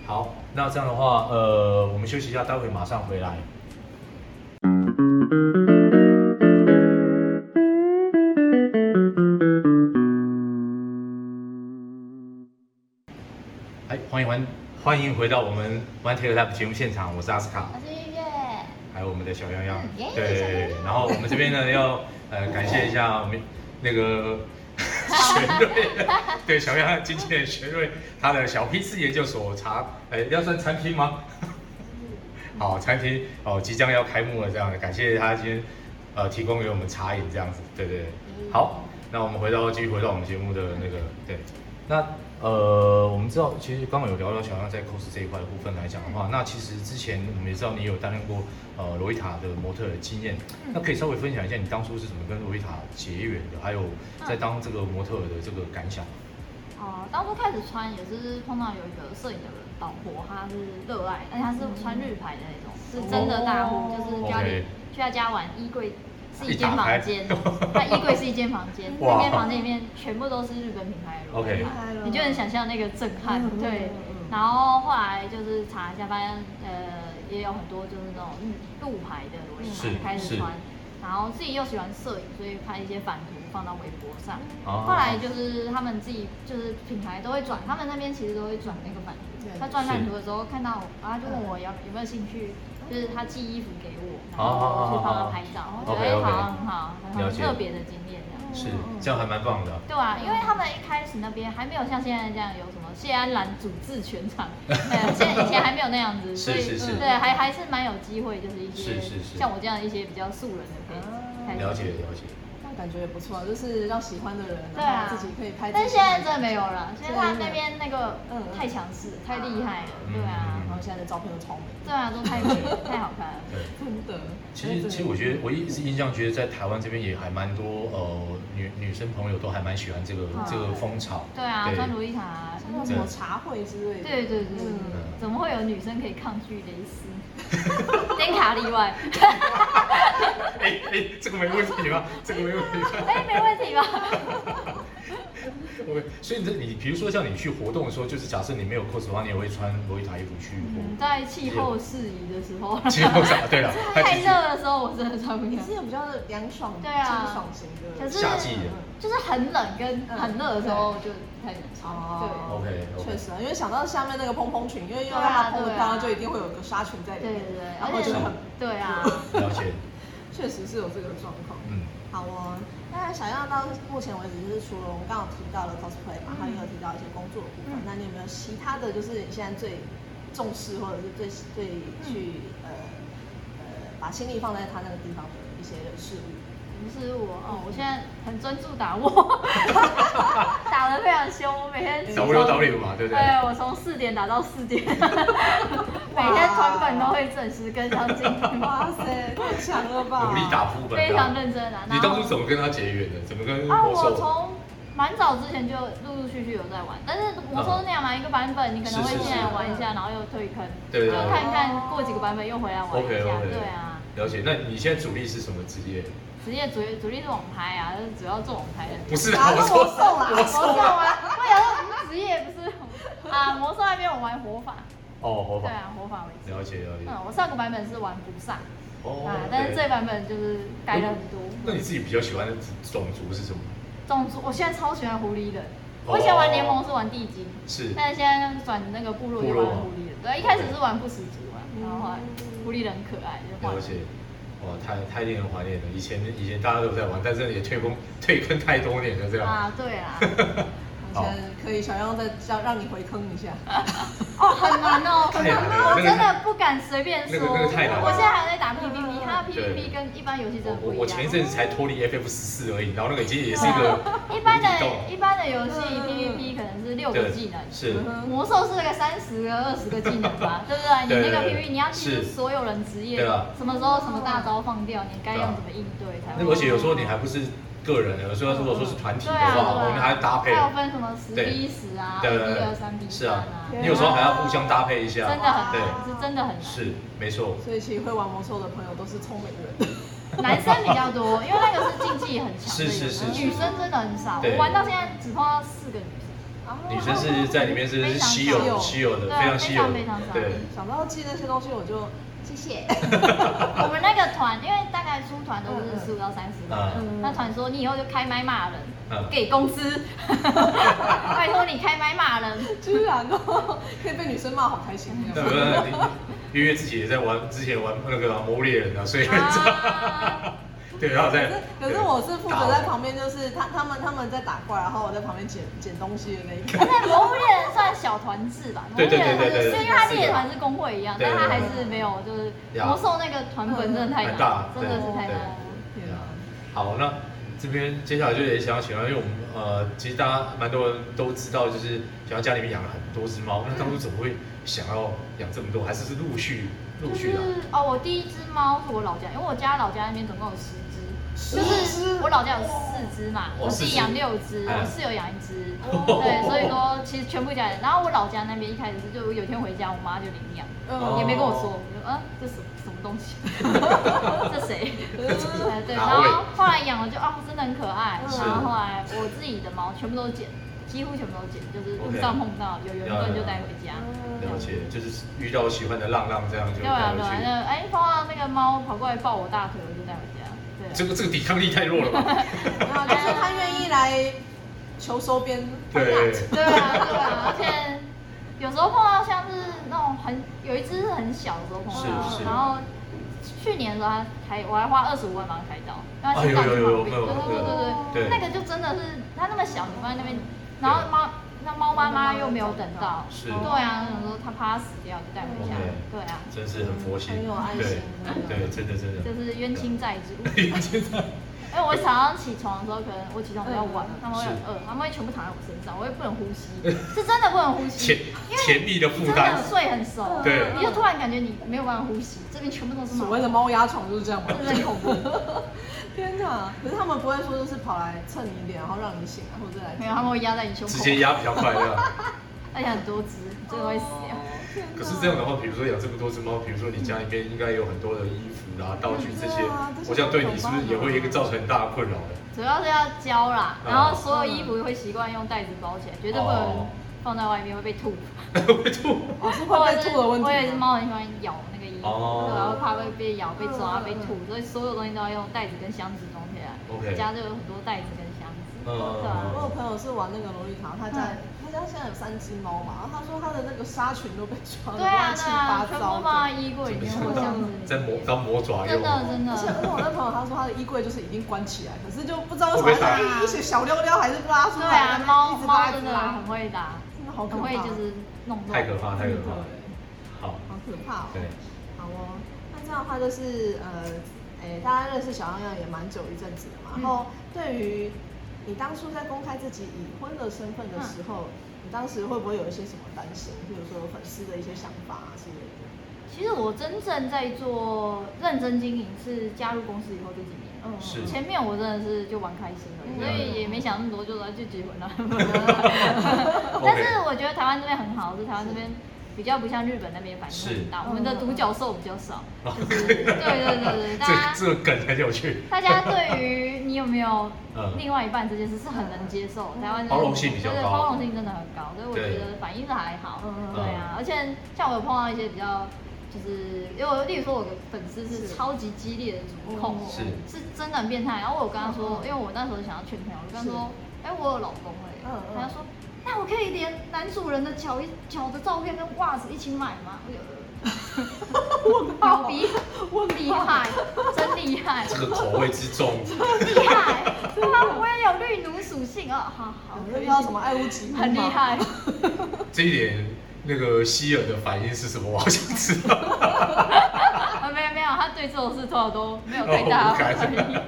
[SPEAKER 1] 好，那这样的话，呃，我们休息一下，待会马上回来。哎，欢迎欢欢迎回到我们 One Take Lab 节目现场，我是阿斯卡，
[SPEAKER 3] 我是月月，
[SPEAKER 1] 还有我们的小洋洋
[SPEAKER 3] 嗯耶，小洋
[SPEAKER 1] 对
[SPEAKER 3] 洋，
[SPEAKER 1] 然后我们这边呢要 呃感谢一下我们那个 玄瑞，对小洋洋经纪人玄瑞，他的小批次研究所查，呃，要算餐厅吗？ 好，餐厅哦即将要开幕了，这样的，感谢他今天呃提供给我们茶饮这样子，对对对，
[SPEAKER 3] 嗯
[SPEAKER 1] 好，那我们回到继续回到我们节目的那个对，那呃我们知道其实刚刚有聊到小杨在 cos 这一块的部分来讲的话，那其实之前我们也知道你有担任过呃罗伊塔的模特的经验，
[SPEAKER 3] 嗯
[SPEAKER 1] 那可以稍微分享一下你当初是怎么跟罗伊塔结缘的，还有在当这个模特的这个感想。
[SPEAKER 3] 嗯哦，当初开始穿也是碰到有一个摄影的人导火，他是热爱，而且他是穿日牌的那种，是真的大户，就是家
[SPEAKER 1] 哦
[SPEAKER 3] 里
[SPEAKER 1] OK
[SPEAKER 3] 去他家玩，衣柜是一
[SPEAKER 1] 一打
[SPEAKER 3] 间
[SPEAKER 1] 开
[SPEAKER 3] 房间哦，他衣柜是一间房间，
[SPEAKER 1] 哇
[SPEAKER 3] 那间房间里面全部都是日本品牌的
[SPEAKER 1] OK
[SPEAKER 3] 罗盘
[SPEAKER 2] 太厉害了
[SPEAKER 3] 你就能想象那个震撼
[SPEAKER 2] 嗯嗯，
[SPEAKER 3] 对
[SPEAKER 2] 嗯嗯。
[SPEAKER 3] 然后后来就是查一下，发现呃也有很多就是那种日路牌的罗
[SPEAKER 1] 是
[SPEAKER 3] 盘开始
[SPEAKER 1] 是
[SPEAKER 3] 穿，然后自己又喜欢摄影，所以拍一些反图放到微博上。
[SPEAKER 1] 哦
[SPEAKER 3] 后来就是他们自己就是品牌都会转，他们那边其实都会转那个版图
[SPEAKER 2] 对。
[SPEAKER 3] 他转版图的时候看到我，然后他就问我要有没有兴趣，就是他寄衣服给我，然后我去帮他拍照，我觉得哎好像很好，很特别的经验这样。
[SPEAKER 1] 是，这样还蛮棒的。
[SPEAKER 3] 对啊，因为他们一开始那边还没有像现在这样有什么谢安澜主治全场，对，现在以前还没有那样子，
[SPEAKER 1] 是
[SPEAKER 3] 所以
[SPEAKER 1] 是是
[SPEAKER 3] 对，还还是蛮有机会，就是一些
[SPEAKER 1] 是是是
[SPEAKER 3] 像我这样一些比较素人的可以开始
[SPEAKER 1] 了解了解，
[SPEAKER 2] 那感觉也不错，就是让喜欢的人，
[SPEAKER 3] 对啊
[SPEAKER 2] 然后自己可以拍。
[SPEAKER 3] 但现在真的没有，了，现在他那边那个
[SPEAKER 2] 嗯
[SPEAKER 3] 太强势、太厉害了，对啊，
[SPEAKER 2] 然后现在的照片都超美，
[SPEAKER 3] 对啊，都太美了、太好看了。
[SPEAKER 1] 对。
[SPEAKER 2] 真的。
[SPEAKER 1] 其实，其实我觉得我一直印象觉得在台湾这边也还蛮多呃女女生朋友都还蛮喜欢这个、
[SPEAKER 3] 啊
[SPEAKER 1] 这个风潮。
[SPEAKER 3] 对啊，
[SPEAKER 1] 对
[SPEAKER 3] 穿如意塔，
[SPEAKER 2] 像那种什么茶会之类的，
[SPEAKER 3] 对对对对
[SPEAKER 2] 嗯
[SPEAKER 3] 对，怎么会有女生可以抗拒蕾丝？连卡例外，
[SPEAKER 1] 哎哎，这个没问题吧？这个没问题吧？
[SPEAKER 3] 哎，没问题吧？
[SPEAKER 1] 我所以你这你比如说像你去活动的时候，就是假设你没有 cos 的话，你也会穿罗伊塔衣服去活 动。
[SPEAKER 3] 嗯在气候适宜的时 候，
[SPEAKER 1] 其实我啥？啊对了，还
[SPEAKER 3] 太热的时候我真的穿不
[SPEAKER 2] 你
[SPEAKER 3] 下
[SPEAKER 2] 是。有比较凉爽、
[SPEAKER 3] 嗯对啊
[SPEAKER 2] 清爽型的。
[SPEAKER 3] 可是
[SPEAKER 1] 夏季的。
[SPEAKER 3] 就是很冷跟很热的时候就不太能穿。
[SPEAKER 2] 哦
[SPEAKER 1] OK OK
[SPEAKER 2] 确。实啊，因为想到下面那个蓬蓬裙，因为又要
[SPEAKER 3] 对
[SPEAKER 2] 让
[SPEAKER 3] 啊
[SPEAKER 2] 它蓬的
[SPEAKER 3] 对啊
[SPEAKER 2] 漂亮，就一定会有个纱裙在里
[SPEAKER 3] 对
[SPEAKER 2] 面。
[SPEAKER 3] 对对，
[SPEAKER 2] 然
[SPEAKER 3] 而
[SPEAKER 1] 哦
[SPEAKER 2] 后就
[SPEAKER 3] 且
[SPEAKER 2] 很，
[SPEAKER 3] 对啊。
[SPEAKER 1] 了解，
[SPEAKER 2] 确实是有这个状况。
[SPEAKER 1] 嗯，
[SPEAKER 2] 好哦，那小样到目前为止，就是除了我们刚刚有提到的 cosplay 嘛，还有提到一些工作的部分。
[SPEAKER 3] 嗯
[SPEAKER 2] 那你有没有其他的就是你现在最重视，或者是最最去、呃呃把心力放在他那个地方的一些人事 物？
[SPEAKER 3] 不是我哦，我现在很专注 打我，打得非常凶，我每天
[SPEAKER 1] 找 W 嘛，对不对？
[SPEAKER 3] 我从四点打到 四点，每天团本都会准时跟上进 度，
[SPEAKER 2] 哇塞，太强了吧！
[SPEAKER 1] 努力打副本。
[SPEAKER 3] 非常认真啊。
[SPEAKER 1] 你
[SPEAKER 3] 然后
[SPEAKER 1] 当初怎么跟他结缘的？怎么跟
[SPEAKER 3] 啊，
[SPEAKER 1] 魔
[SPEAKER 3] 我
[SPEAKER 1] 兽？
[SPEAKER 3] 从蛮早之前就陆陆续续有在玩，但是魔兽那样嘛，一个版本你可能会
[SPEAKER 1] 是是是
[SPEAKER 3] 进来玩一下，然后又退坑，
[SPEAKER 1] 对对对
[SPEAKER 3] 就看看过几个版本又回来玩一
[SPEAKER 1] OK
[SPEAKER 3] 下，
[SPEAKER 1] OK。
[SPEAKER 3] 对啊。。
[SPEAKER 1] 了解，那你现在主力是什么职业？
[SPEAKER 3] 职业主主力是网拍啊，就是主要做网拍的。
[SPEAKER 1] 不是
[SPEAKER 2] 啊
[SPEAKER 1] 啊，我说
[SPEAKER 2] 魔兽啊
[SPEAKER 1] 我
[SPEAKER 3] 魔
[SPEAKER 1] 说
[SPEAKER 3] 兽啊，我想说不是职业 不是啊，魔兽那边我玩火法，
[SPEAKER 1] 哦，活
[SPEAKER 3] 对
[SPEAKER 1] 法。
[SPEAKER 3] 啊，火法为主。
[SPEAKER 1] 了解了解。
[SPEAKER 3] 嗯，我上个版本是玩不上，
[SPEAKER 1] 哦
[SPEAKER 3] 啊，但是
[SPEAKER 1] OK
[SPEAKER 3] 这版本就是改了很多
[SPEAKER 1] 那。你自己比较喜欢的种族是什么？
[SPEAKER 3] 种族，我现在超喜欢狐狸人。
[SPEAKER 1] 哦
[SPEAKER 3] 我以前玩联盟是玩地精，
[SPEAKER 1] 是
[SPEAKER 3] 但是现在转那个部落也玩狐狸人。对，一开始是玩不死族啊，
[SPEAKER 2] 嗯
[SPEAKER 3] 然后后来狐狸人很可爱，就换
[SPEAKER 1] 了。解。哇，太太令人怀念了。以前以前大家都在玩，但是也退坑退坑太多年了，这样。
[SPEAKER 3] 啊，对啊，
[SPEAKER 2] 我现在可以小样再让让你回坑一下。
[SPEAKER 3] 哦，很难 哦，
[SPEAKER 1] 太难了那
[SPEAKER 3] 我
[SPEAKER 1] 个
[SPEAKER 3] 真的不敢随便说。
[SPEAKER 1] 那个那个太难了
[SPEAKER 3] 我现在还在打
[SPEAKER 2] 嗯
[SPEAKER 3] PVP，它的
[SPEAKER 1] 对
[SPEAKER 3] PVP 跟一般游戏真
[SPEAKER 1] 我
[SPEAKER 3] 的不
[SPEAKER 1] 我
[SPEAKER 3] 一样。
[SPEAKER 1] 我前一阵子才脱离 FF 十四而已，然后那个已经也是一
[SPEAKER 3] 对
[SPEAKER 1] 个
[SPEAKER 3] 啊 一
[SPEAKER 1] 无
[SPEAKER 3] 般
[SPEAKER 1] 底洞
[SPEAKER 3] 的一般的游戏
[SPEAKER 2] 嗯嗯嗯
[SPEAKER 3] PVP 可能 是六个啊技能，
[SPEAKER 1] 是
[SPEAKER 3] 魔兽是个三十个、二十个技能 吧，对不对？
[SPEAKER 1] 对
[SPEAKER 3] 你那个
[SPEAKER 1] 对对
[SPEAKER 3] PV 你要记
[SPEAKER 1] 是
[SPEAKER 3] 住所有人职业
[SPEAKER 1] 对啊，
[SPEAKER 3] 什么时候什么大招放掉，你该用怎么应对才
[SPEAKER 1] 那
[SPEAKER 3] 会。
[SPEAKER 1] 而且有时候你还不是个人的，有时候如果说是团体
[SPEAKER 3] 对
[SPEAKER 1] 的
[SPEAKER 3] 啊，对
[SPEAKER 1] 话，
[SPEAKER 3] 啊
[SPEAKER 1] 我们还搭配
[SPEAKER 3] 还，有分什么十
[SPEAKER 1] 对
[SPEAKER 3] 比十啊、
[SPEAKER 1] 对
[SPEAKER 3] 二
[SPEAKER 1] 对
[SPEAKER 3] 比二、三
[SPEAKER 1] 对，
[SPEAKER 3] 比
[SPEAKER 1] 是啊
[SPEAKER 3] 三啊，，
[SPEAKER 1] 你有时候还要互相搭配一
[SPEAKER 3] 真
[SPEAKER 1] 下，
[SPEAKER 3] 的很难
[SPEAKER 1] 对，，
[SPEAKER 3] 是真的很难。
[SPEAKER 1] 是没错，
[SPEAKER 2] 所以其实会玩魔兽的朋友都是聪明人。
[SPEAKER 3] 男生比较多，因为那个是竞技很强的游戏，
[SPEAKER 1] 是是是是
[SPEAKER 3] 女生真的很少。
[SPEAKER 1] 对
[SPEAKER 3] 我玩到现在只碰到四个女 生。
[SPEAKER 1] 女生是在里面是
[SPEAKER 3] 非常
[SPEAKER 1] 稀
[SPEAKER 3] 少
[SPEAKER 1] 有稀有
[SPEAKER 3] 对
[SPEAKER 1] 的，
[SPEAKER 3] 啊
[SPEAKER 1] 非常稀有的
[SPEAKER 3] 非常非常，少
[SPEAKER 1] 对，
[SPEAKER 2] 想到记那些东西，我就
[SPEAKER 3] 谢谢。我们那个团，因为大概出团都是十五到三十个
[SPEAKER 1] 啊
[SPEAKER 3] 人，
[SPEAKER 2] 嗯
[SPEAKER 3] 那团说你以后就开麦骂人，
[SPEAKER 1] 嗯
[SPEAKER 3] 给公司，拜托你开麦骂人。
[SPEAKER 2] 居然哦， 可以被女生骂，好开心哦。
[SPEAKER 1] 那个因为自己也在玩之前玩那个《魔物猎人》啊，所以
[SPEAKER 3] 啊
[SPEAKER 1] 对，然后
[SPEAKER 2] 可
[SPEAKER 1] 在
[SPEAKER 2] 是可是我是负责在旁边，就是他他们他们在打怪，然后我在旁边捡捡东西的那一个。
[SPEAKER 3] 那魔物猎人算小团制吧？魔
[SPEAKER 1] 对
[SPEAKER 3] 物猎
[SPEAKER 1] 对
[SPEAKER 3] 人
[SPEAKER 1] 对对对
[SPEAKER 3] 是
[SPEAKER 1] 对
[SPEAKER 3] 因为他自己的团是工会一样，
[SPEAKER 1] 对
[SPEAKER 3] 但
[SPEAKER 1] 对
[SPEAKER 3] 他还是没有，就是
[SPEAKER 1] 呀
[SPEAKER 3] 魔兽那个团本真的太
[SPEAKER 1] 很
[SPEAKER 3] 难
[SPEAKER 1] 大
[SPEAKER 3] 了，，真的是太
[SPEAKER 1] 对
[SPEAKER 3] 难了。
[SPEAKER 1] 对
[SPEAKER 2] 啊
[SPEAKER 1] 好，那这边接下来就也想要请教，因为我们呃，其实大家蛮多人都知道，就是想要家里面养了很多只猫，那当初怎么会想要养这么多？还是是陆续陆续的
[SPEAKER 3] 就
[SPEAKER 1] 啊？
[SPEAKER 3] 是哦，我第一只猫是我老家，因为我家老家那边总共有十只，就是 我老家有四只嘛，
[SPEAKER 1] 哦
[SPEAKER 3] 我自己养六只，
[SPEAKER 1] 哎
[SPEAKER 3] 我室友养一 只，
[SPEAKER 1] 哦
[SPEAKER 3] 对，所以说其实全部家人。然后我老家那边一开始是就有一天回家，我妈就领养，
[SPEAKER 1] 哦
[SPEAKER 3] 也没跟我说，我就啊这什什么东 西，这谁？
[SPEAKER 2] 嗯
[SPEAKER 3] 哎对，然
[SPEAKER 1] 哪位
[SPEAKER 3] 后后来养了就啊真的很可爱，
[SPEAKER 2] 是
[SPEAKER 3] 然后后来我自己的猫全部都捡，几乎全部都捡，就是路
[SPEAKER 1] OK
[SPEAKER 3] 上碰到有缘分就带回家。
[SPEAKER 1] 了解，就是遇到喜欢的浪浪这样就
[SPEAKER 3] 对啊
[SPEAKER 1] 带
[SPEAKER 3] 对啊，
[SPEAKER 1] 回
[SPEAKER 3] 那哎，碰到那个猫跑过来抱我大腿，我就带回家。对啊，
[SPEAKER 1] 去。这个这个抵抗力太弱了吧？
[SPEAKER 2] 没有，就是他愿意来求收编。
[SPEAKER 1] 对，
[SPEAKER 3] 对啊对啊，而且有时候碰到像是那种很有一只是很小的时候碰到，
[SPEAKER 1] 是是
[SPEAKER 3] 然后去年的时候它还我还花二十五万帮它开刀，让它
[SPEAKER 1] 啊
[SPEAKER 3] 心脏
[SPEAKER 1] 有
[SPEAKER 3] 去
[SPEAKER 1] 有有
[SPEAKER 3] 毛病，
[SPEAKER 1] 有
[SPEAKER 3] 对对对对
[SPEAKER 1] 对
[SPEAKER 3] 对，那个就真的是它那么小，你放在那边，然后猫那猫妈妈又没有等到，
[SPEAKER 1] 是
[SPEAKER 3] 对啊，那种说它怕它死掉就带回家
[SPEAKER 1] OK，
[SPEAKER 3] 对啊，
[SPEAKER 1] 真是很佛心，
[SPEAKER 2] 很有爱
[SPEAKER 1] 对
[SPEAKER 2] 心真的
[SPEAKER 1] 对，真的真的。
[SPEAKER 3] 就是冤亲债主。
[SPEAKER 1] 现在
[SPEAKER 3] 因为我早上起床的时候，可能我起床比较晚
[SPEAKER 2] 嗯，
[SPEAKER 3] 他们会很饿，他们会全部躺在我身上，我也不能 呼吸，是真的不能呼吸
[SPEAKER 1] 甜，甜蜜的
[SPEAKER 3] 你
[SPEAKER 1] 负
[SPEAKER 3] 真
[SPEAKER 1] 担
[SPEAKER 3] 的，睡很熟，
[SPEAKER 1] 对
[SPEAKER 3] 你就突然感觉你没有办法呼吸，这边全部都是
[SPEAKER 2] 所
[SPEAKER 3] 毛
[SPEAKER 2] 谓，的猫压床就是这 样嘛。
[SPEAKER 3] 真的很恐怖。
[SPEAKER 2] 天哪！可是他们不会说就是跑来蹭你脸，然后让你醒来，或者来
[SPEAKER 3] 没有，他们会压在你胸口
[SPEAKER 1] 直，接压比较快这样。
[SPEAKER 3] 而且很多只，真的会死掉。
[SPEAKER 1] 可是这样的话，比如说养这么多只猫，比如说你家里面应该有很多的衣服啦、道具这些
[SPEAKER 2] 对啊，这些
[SPEAKER 1] 我想对你是不是也会一个造成很大的困扰呢？
[SPEAKER 3] 主要是要教啦，
[SPEAKER 1] 嗯
[SPEAKER 3] 然后所有衣服会习惯用袋子包起来，绝对不能放在外面会被吐。
[SPEAKER 1] 哦会 吐
[SPEAKER 2] 我哦是会被吐的问题
[SPEAKER 3] 我有一只
[SPEAKER 2] 吗。
[SPEAKER 3] 猫很喜欢咬那个衣服，
[SPEAKER 1] 哦
[SPEAKER 3] 对，然后怕会被咬、被
[SPEAKER 2] 嗯嗯
[SPEAKER 3] 抓、
[SPEAKER 2] 嗯
[SPEAKER 3] 被吐，所以所有东西都要用袋子跟箱子装起来。
[SPEAKER 1] OK
[SPEAKER 3] 我家就有很多袋子跟箱子。
[SPEAKER 1] 嗯
[SPEAKER 3] 对啊
[SPEAKER 2] 我有朋友是玩那个洛丽塔，他家
[SPEAKER 3] 嗯
[SPEAKER 2] 他他家现在有三只猫嘛，然后他说他的那个纱裙都被
[SPEAKER 1] 嗯
[SPEAKER 2] 抓的
[SPEAKER 3] 对啊，
[SPEAKER 2] 乱七
[SPEAKER 3] 对
[SPEAKER 2] 八
[SPEAKER 3] 啊，全
[SPEAKER 2] 糟
[SPEAKER 3] 部放在
[SPEAKER 2] 的。
[SPEAKER 3] 衣柜里面或箱子里面。
[SPEAKER 1] 在魔当魔爪用，
[SPEAKER 3] 真的真
[SPEAKER 2] 而且而
[SPEAKER 3] 的，
[SPEAKER 2] 且我那朋友他说他的衣柜就是已经关起来，可是就不知道为什么他就一些小溜溜还是不拉出
[SPEAKER 3] 对
[SPEAKER 2] 来，在那边
[SPEAKER 3] 啊，
[SPEAKER 2] 一
[SPEAKER 3] 猫
[SPEAKER 2] 直
[SPEAKER 3] 猫
[SPEAKER 2] 拉
[SPEAKER 3] 真的很会打，
[SPEAKER 2] 真的好可怕，
[SPEAKER 3] 很会就是弄乱。
[SPEAKER 1] 太可怕，太可怕了。好，
[SPEAKER 2] 哦好可怕哦。
[SPEAKER 1] 对，
[SPEAKER 2] 好哦，那这样的话就是呃，哎、大家认识小洋洋也蛮久一阵子的嘛。
[SPEAKER 3] 嗯
[SPEAKER 2] 然后对于你当初在公开自己已婚的身份的时候，
[SPEAKER 3] 嗯
[SPEAKER 2] 你当时会不会有一些什么担心？比如说粉丝的一些想法啊之类的。
[SPEAKER 3] 其实我真正在做认真经营是加入公司以后这几年，
[SPEAKER 2] 嗯，
[SPEAKER 1] 是。
[SPEAKER 3] 前面我真的是就玩开心了，
[SPEAKER 2] 嗯
[SPEAKER 3] 所以也没想那么多，就说就结婚了 但是我觉得台湾这边很好，是台湾这边比较不像日本那边反应很大，
[SPEAKER 2] 是
[SPEAKER 3] 我们的独角兽比较少。
[SPEAKER 1] 好
[SPEAKER 3] 就是对对对 对，大家
[SPEAKER 1] 这这个梗很有趣，
[SPEAKER 3] 大家对于你有没有
[SPEAKER 1] 嗯
[SPEAKER 3] 另外一半这件事是很能接受，
[SPEAKER 2] 嗯
[SPEAKER 3] 台湾人
[SPEAKER 1] 包容性比较高
[SPEAKER 3] 对包容性真的很高，所以我
[SPEAKER 1] 对
[SPEAKER 3] 觉得反应是还好
[SPEAKER 2] 嗯嗯，
[SPEAKER 3] 对啊，而且像我有碰到一些比较，就是因为我例如说我的粉丝是
[SPEAKER 2] 是
[SPEAKER 3] 超级激烈的主控我，
[SPEAKER 1] 是
[SPEAKER 3] 是真的很变态，然后我有跟他
[SPEAKER 2] 嗯，
[SPEAKER 3] 说
[SPEAKER 2] 嗯
[SPEAKER 3] 因为我那时候想要劝朋友，我就跟他说，哎，我有老公了耶，
[SPEAKER 2] 嗯嗯
[SPEAKER 3] 他就说。那我可以连男主人的脚一脚的照片跟袜子一起买吗？我就 牛逼，
[SPEAKER 2] 我
[SPEAKER 3] 厉害，真厉害！
[SPEAKER 1] 这个口味之重，
[SPEAKER 3] 厉害，啊，我也有绿奴属性 啊，好好
[SPEAKER 2] 好，，
[SPEAKER 3] 可
[SPEAKER 2] 那
[SPEAKER 3] 以
[SPEAKER 2] 叫什么爱屋及乌嘛
[SPEAKER 3] 很厉害，
[SPEAKER 1] 这一点那个希尔的反应是什么？我好想知道。
[SPEAKER 3] 啊，没有没有，他对这种事通常都没有太 大的反应。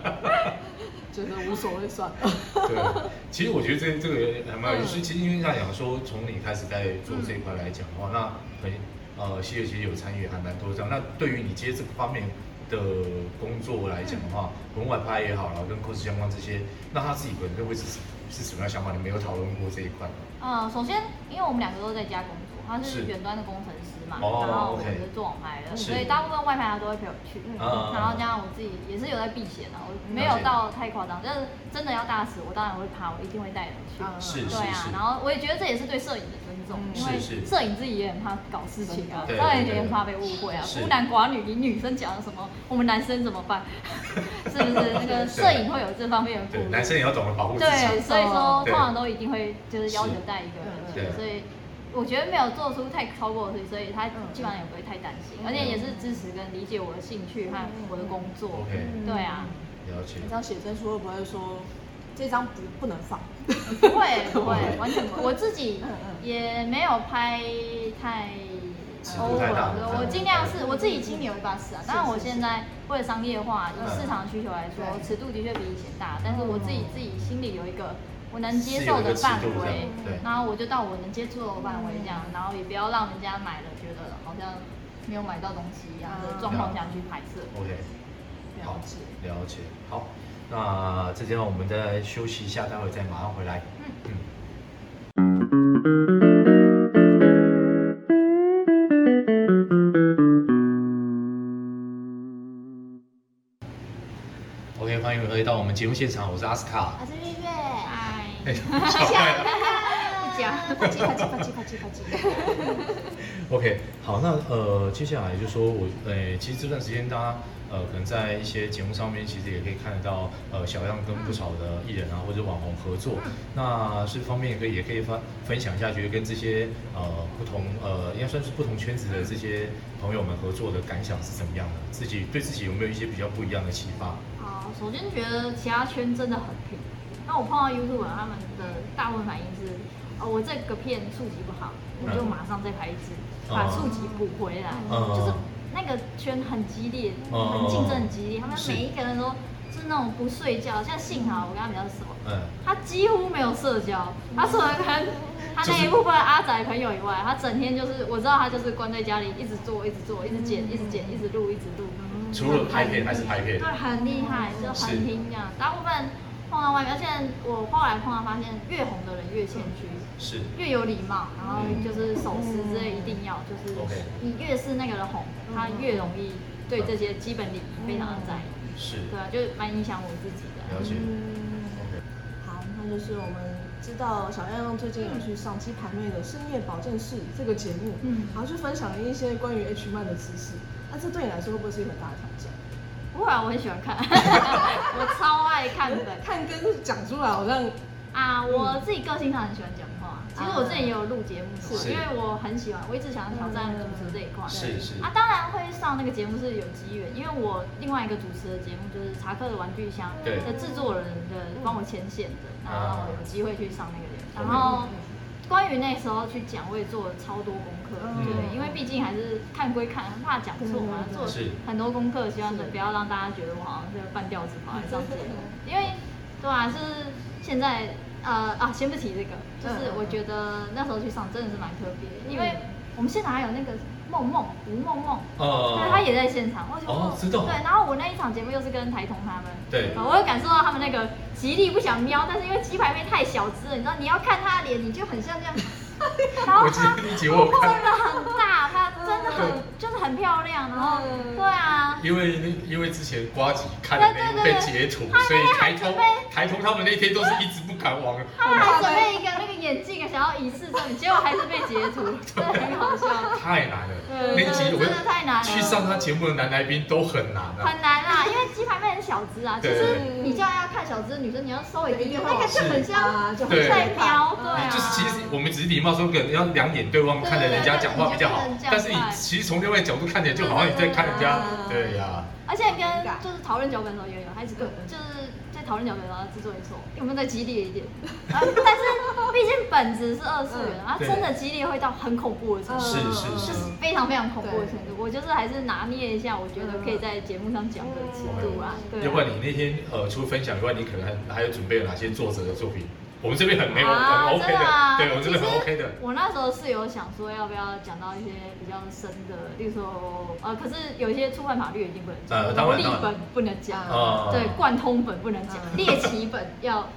[SPEAKER 2] 觉得无所谓算了。
[SPEAKER 1] 对，其实我觉得这这个还蛮有意
[SPEAKER 3] 嗯
[SPEAKER 1] 思。其实因为像讲说，从你开始在做这一块来讲的
[SPEAKER 3] 嗯
[SPEAKER 1] 话，那很呃，希尔其实有参与还蛮多这样。那对于你接这个方面的工作来讲的话，
[SPEAKER 3] 嗯
[SPEAKER 1] 文外拍也好啦，跟 cos 相关这些，那他自己本身会是什是什么样的想法？你没有讨论过这一块吗？
[SPEAKER 3] 嗯，首先因为我们两个都在家工作，他
[SPEAKER 1] 是
[SPEAKER 3] 是远端的工程师嘛，
[SPEAKER 1] 哦
[SPEAKER 3] 然后我
[SPEAKER 1] OK
[SPEAKER 3] 是做网拍的，
[SPEAKER 1] 是
[SPEAKER 3] 所以大部分外拍他都会陪我去，
[SPEAKER 2] 嗯
[SPEAKER 1] 嗯
[SPEAKER 3] 然后加上我自己也是有在避嫌的，啊我没
[SPEAKER 1] 了
[SPEAKER 3] 有
[SPEAKER 1] 解
[SPEAKER 3] 到太夸张，但是真的要大使，我当然会爬，我一定会带人去。
[SPEAKER 2] 嗯
[SPEAKER 1] 是
[SPEAKER 3] 对啊，然后我也觉得这也是对摄影的尊重，
[SPEAKER 2] 嗯
[SPEAKER 3] 因为
[SPEAKER 1] 是是
[SPEAKER 3] 摄影自己也很怕搞事情啊，
[SPEAKER 1] 对
[SPEAKER 3] 当然也很怕被误会啊，
[SPEAKER 1] 是
[SPEAKER 3] 孤男寡女，你女生讲了什么，我们男生怎么 办？是不是那个摄影会有这方面的顾
[SPEAKER 1] 对，
[SPEAKER 3] 虑？
[SPEAKER 1] 男生也要懂得保护自己。
[SPEAKER 3] 对，所以说
[SPEAKER 1] 对
[SPEAKER 3] 通常都一定会就是要求带一个人
[SPEAKER 2] 是
[SPEAKER 1] 对
[SPEAKER 3] 去，所以我觉得没有做出太超过的事情，所以他基本上也不会太担心，
[SPEAKER 2] 嗯
[SPEAKER 3] 而且也是支持跟理解我的兴趣和我的工作。
[SPEAKER 1] 嗯 OK
[SPEAKER 3] 对啊，
[SPEAKER 1] 了解
[SPEAKER 2] 你。这样写真书会不会说这张不不能放？
[SPEAKER 3] 不会不会，完全不会。我自己
[SPEAKER 2] 嗯嗯
[SPEAKER 3] 也没有拍太
[SPEAKER 1] 尺
[SPEAKER 2] 度太大
[SPEAKER 3] 对
[SPEAKER 1] 嗯
[SPEAKER 3] 我尽量是我自己心里有一把尺啊。当然，我现在为了商业化，
[SPEAKER 1] 嗯
[SPEAKER 3] 以市场需求来说，
[SPEAKER 2] 对
[SPEAKER 3] 尺度的确比以前大，但是我自己自己心里有一个我能接受的范
[SPEAKER 1] 是有一个尺度这样
[SPEAKER 3] 围
[SPEAKER 1] 对，
[SPEAKER 3] 然后我就到我能接触的范围这样，然后也不要让人家买了觉得好像没有买到东西一样的状况下去拍摄。
[SPEAKER 1] OK，好
[SPEAKER 2] 了解，
[SPEAKER 1] 了解，好。那这阶段我们再休息一下，待会再马上回来。嗯。OK，欢迎回到我们节目现场，我是阿斯卡。
[SPEAKER 2] 是月月，
[SPEAKER 3] 嗨，
[SPEAKER 1] 哎 小怪
[SPEAKER 3] 不讲。
[SPEAKER 2] 啪叽啪叽啪叽啪叽啪叽。
[SPEAKER 1] OK，好，那呃，接下来就说我，呃，其实这段时间大家呃，可能在一些节目上面，其实也可以看得到，呃，小样跟不少的艺人啊或者网红合作，那是方面也可以也可以分分享一下，觉得跟这些呃不同呃，应该算是不同圈子的这些朋友们合作的感想是怎么样的？自己对自己有没有一些比较不一样的启发？
[SPEAKER 3] 好，首先觉得其他圈真的很平。那我碰到 YouTube 他们的大部分反应是，哦，我这个片触及不好，我就马上再拍一支，
[SPEAKER 1] 嗯
[SPEAKER 3] 把触及补回来。
[SPEAKER 1] 嗯
[SPEAKER 3] 就是那个圈很激烈，
[SPEAKER 1] 嗯
[SPEAKER 3] 很竞争很激烈，他们
[SPEAKER 1] 是
[SPEAKER 3] 每一个人都是那种不睡觉。像幸好我跟他比较熟，
[SPEAKER 1] 嗯，
[SPEAKER 3] 他几乎没有社交，他除了跟他那一部分阿仔朋友以外，他整天就是我知道他就是关在家里一直做，一直做，一直剪，一直剪，一直录，一直录。
[SPEAKER 1] 除了拍片还是拍片
[SPEAKER 3] 对，很厉害，就很拼这样。大部分碰到外面，而且我后来碰到发现，越红的人越谦虚，
[SPEAKER 1] 是
[SPEAKER 3] 越有礼貌，然后就是手势之类一定要，就是
[SPEAKER 1] 嗯 OK
[SPEAKER 3] 你越是那个人红，他越容易对这些基本礼仪非常的在意。
[SPEAKER 1] 嗯是，
[SPEAKER 3] 对啊，就蛮影响我自己的。
[SPEAKER 1] 了解。
[SPEAKER 2] 嗯
[SPEAKER 1] OK，
[SPEAKER 2] 好，那就是我们知道小样样最近有去上鸡排妹的深夜保健室这个节目，
[SPEAKER 3] 嗯
[SPEAKER 2] 然后去分享了一些关于 H 漫的知识。那这对你来说会不会是一个很大的挑战？
[SPEAKER 3] 不然我很喜欢看， 我超爱看的
[SPEAKER 2] 哎看跟讲出来好像
[SPEAKER 3] 啊！我自己个性上很喜欢讲话，其其实我之前也有录节目过，
[SPEAKER 1] 是
[SPEAKER 3] 因为我很喜欢，我一直想要挑战主持这一块。
[SPEAKER 1] 是是
[SPEAKER 3] 啊，当然会上那个节目是有机缘，因为我另外一个主持的节目就是《查克的玩具箱》
[SPEAKER 1] 对
[SPEAKER 3] 的制作人的帮我牵线的，然后让我有机会去上那个节目。然
[SPEAKER 1] 啊
[SPEAKER 3] 后关于那时候去讲，我也做了超多功课，
[SPEAKER 2] 嗯
[SPEAKER 3] 对，因为毕竟还是看归看，很怕讲错嘛，
[SPEAKER 2] 对对对
[SPEAKER 3] 做
[SPEAKER 1] 是
[SPEAKER 3] 很多功课，希望不要让大家觉得我好像是半吊子跑来上节目，因为对啊，就是现在呃啊，先不提这个，就是我觉得那时候去上真的是蛮特别的，因为我们现场还有那个梦梦吴梦梦，
[SPEAKER 1] 哦
[SPEAKER 3] 对，她也在现场，我觉得
[SPEAKER 1] 哦
[SPEAKER 3] 哇
[SPEAKER 1] 知道
[SPEAKER 3] 对，然后我那一场节目又是跟台童他们，
[SPEAKER 1] 对
[SPEAKER 3] 啊我有感受到他们那个极力不想瞄，但是因为鸡排妹太小只了，你知道你要看她的脸，你就很像这样。 然后
[SPEAKER 1] 我记
[SPEAKER 3] 她
[SPEAKER 1] 得那集我有看
[SPEAKER 3] 真的很大，她真的很就是很漂亮，然后
[SPEAKER 2] 嗯
[SPEAKER 3] 对啊，
[SPEAKER 1] 因为那因为之前瓜吉看的那个被截图
[SPEAKER 3] 对对对，对
[SPEAKER 1] 所以
[SPEAKER 3] 他
[SPEAKER 1] 台
[SPEAKER 3] 那天还
[SPEAKER 1] 通
[SPEAKER 3] 准备
[SPEAKER 1] 台通他们那天都是一直不敢往。
[SPEAKER 3] 他们还准备一个那个眼镜，想要以示证明，结果还是被截 图，真的很好笑。
[SPEAKER 1] 太难了，
[SPEAKER 3] 对
[SPEAKER 1] 那集
[SPEAKER 3] 真的
[SPEAKER 1] 我
[SPEAKER 3] 真的太难了
[SPEAKER 1] 去上他节目的男来宾都很难啊。
[SPEAKER 3] 很难啊，因为鸡排妹很小只啊，其
[SPEAKER 1] 对
[SPEAKER 3] 实
[SPEAKER 1] 对
[SPEAKER 2] 对
[SPEAKER 3] 你就要看小只的女生，你要稍微低调，
[SPEAKER 2] 对
[SPEAKER 3] 那个就很
[SPEAKER 2] 啊
[SPEAKER 3] 像
[SPEAKER 2] 就很
[SPEAKER 1] 对
[SPEAKER 3] 在瞄，对
[SPEAKER 2] 啊
[SPEAKER 3] 啊，
[SPEAKER 1] 就是其实我们只是礼貌说，可能要两眼对望
[SPEAKER 3] 对
[SPEAKER 1] 看着人家讲话比较好
[SPEAKER 3] 对对对，对嗯
[SPEAKER 1] 但是你其实从另外角度看起来，就好像你在看人家。
[SPEAKER 2] 对对对
[SPEAKER 1] 对呀，
[SPEAKER 3] 而且跟就是讨论脚本的时候也有，还是跟就是在讨论脚本的时候制作也说有没有再激烈一点，啊但是毕竟本质是二次元啊，
[SPEAKER 1] 对
[SPEAKER 3] 真的激烈会到很恐
[SPEAKER 2] 嗯
[SPEAKER 3] 怖的程度。
[SPEAKER 1] 是是
[SPEAKER 3] 就是是非常非常恐怖的程度，我就是还是拿捏一下，我觉得可以在节目上讲的尺度啊，对啊。
[SPEAKER 1] 要不然你那天呃，除了分享以外，你可能还还有准备了哪些作者的作品？我们这边很没有
[SPEAKER 3] 啊
[SPEAKER 1] 很 OK
[SPEAKER 3] 真的啊
[SPEAKER 1] 对我们这边很
[SPEAKER 3] 其实
[SPEAKER 1] OK 的。
[SPEAKER 3] 我那时候是有想说要不要讲到一些比较深的，例如说呃，可是有一些触犯法律已经不能
[SPEAKER 1] 呃
[SPEAKER 3] 讲，
[SPEAKER 1] 当然
[SPEAKER 3] 立
[SPEAKER 1] 当然
[SPEAKER 3] 本不能讲，
[SPEAKER 1] 啊
[SPEAKER 3] 对，贯通本不能讲，
[SPEAKER 2] 嗯
[SPEAKER 3] 猎奇本要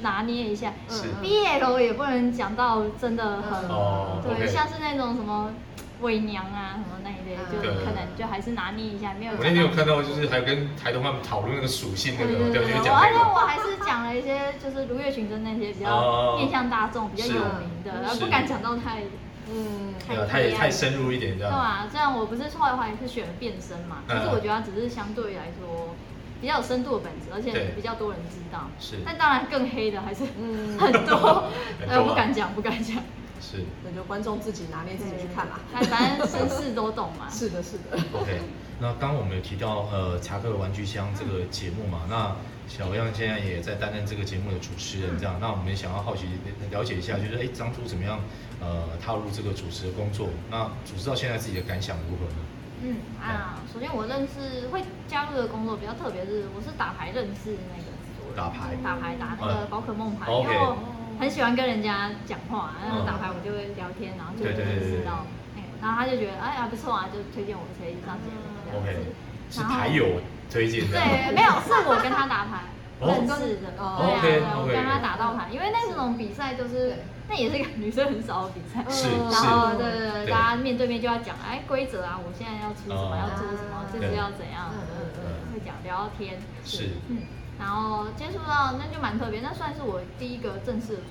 [SPEAKER 3] 拿捏一下
[SPEAKER 1] 是
[SPEAKER 3] ，BL 也不能讲到真的
[SPEAKER 2] 嗯
[SPEAKER 3] 很，
[SPEAKER 1] 哦
[SPEAKER 3] 对，
[SPEAKER 1] OK
[SPEAKER 3] 像是那种什么伪娘啊什么那一类，就
[SPEAKER 1] 对
[SPEAKER 3] 可能就还是拿捏一下，没有
[SPEAKER 1] 嗯我
[SPEAKER 3] 讲到。
[SPEAKER 1] 那天有看到，就是还跟台东他们讨论那个属性那
[SPEAKER 3] 对
[SPEAKER 1] 个，
[SPEAKER 3] 对
[SPEAKER 1] 对，
[SPEAKER 3] 对
[SPEAKER 1] 你
[SPEAKER 3] 对，
[SPEAKER 1] 有
[SPEAKER 3] 嗯我
[SPEAKER 1] 讲
[SPEAKER 3] 而
[SPEAKER 1] 那
[SPEAKER 3] 且
[SPEAKER 1] 个。
[SPEAKER 3] 我还是讲了一些就是如月群真那些比较
[SPEAKER 1] 哦
[SPEAKER 3] 面向大众、比较有名的，
[SPEAKER 2] 是
[SPEAKER 3] 然后不敢讲到太
[SPEAKER 2] 嗯，
[SPEAKER 1] 对啊，太
[SPEAKER 3] 太
[SPEAKER 1] 太深入一点这
[SPEAKER 3] 对
[SPEAKER 1] 样。
[SPEAKER 3] 啊，这样我不是后来是选了变身嘛，
[SPEAKER 1] 嗯
[SPEAKER 3] 但是我觉得它只是相对来说比较有深度的本质，而且
[SPEAKER 1] 对
[SPEAKER 3] 比较多人知道。
[SPEAKER 1] 是
[SPEAKER 3] 但当然更黑的还是
[SPEAKER 2] 嗯
[SPEAKER 3] 很多，
[SPEAKER 1] 很
[SPEAKER 3] 呃，
[SPEAKER 1] 多啊
[SPEAKER 3] 不敢讲，不敢讲。
[SPEAKER 1] 是
[SPEAKER 2] 那就观众自己拿捏自己去看啦。
[SPEAKER 3] 哎反正绅士都懂嘛。
[SPEAKER 2] 是的，是的。
[SPEAKER 1] OK。那刚刚我们有提到呃查克的玩具箱这个节目
[SPEAKER 3] 嗯
[SPEAKER 1] 嘛，那小样现在也在担任这个节目的主持人，这样，那我们也想要好奇了解一下，就是哎当初怎么样呃踏入这个主持的工作，那主持到现在自己的感想如何呢？
[SPEAKER 3] 嗯啊，首先我认识会加入的工作比较特别，是我是打牌认识那个制作人
[SPEAKER 1] 打牌
[SPEAKER 3] 打牌打那个
[SPEAKER 1] 嗯
[SPEAKER 3] 宝可梦牌，
[SPEAKER 1] 哦
[SPEAKER 3] 因为
[SPEAKER 1] OK
[SPEAKER 3] 我很喜欢跟人家讲话，然后
[SPEAKER 1] 嗯
[SPEAKER 3] 打牌我就会聊天，然后就
[SPEAKER 1] 对对对
[SPEAKER 3] 认
[SPEAKER 1] 对
[SPEAKER 3] 识
[SPEAKER 1] 对
[SPEAKER 3] 到那个，然后他就觉得哎呀不错啊，就推荐我可以上节目这样
[SPEAKER 1] OK
[SPEAKER 3] 子。
[SPEAKER 1] 是
[SPEAKER 3] 然后
[SPEAKER 1] 台友推荐的，
[SPEAKER 3] 对，没有，是我跟他打牌
[SPEAKER 1] 哦
[SPEAKER 3] 认识的。
[SPEAKER 2] 哦
[SPEAKER 3] 对啊，对啊
[SPEAKER 1] OK，OK
[SPEAKER 3] 我跟他打到牌，因为那种比赛就
[SPEAKER 2] 对，
[SPEAKER 3] 是那也是一个女生很少的比赛。
[SPEAKER 1] 是
[SPEAKER 2] 嗯
[SPEAKER 3] 然后对对对，
[SPEAKER 1] 对
[SPEAKER 3] 大家面对面就要讲，哎，规则啊，我现在要出什么，
[SPEAKER 1] 哦
[SPEAKER 3] 要出什么，这次要怎样，
[SPEAKER 2] 嗯嗯嗯
[SPEAKER 1] 嗯
[SPEAKER 3] 会讲聊天，
[SPEAKER 1] 是
[SPEAKER 3] 嗯，然后接触到那就蛮特别，那算是我第一个正式的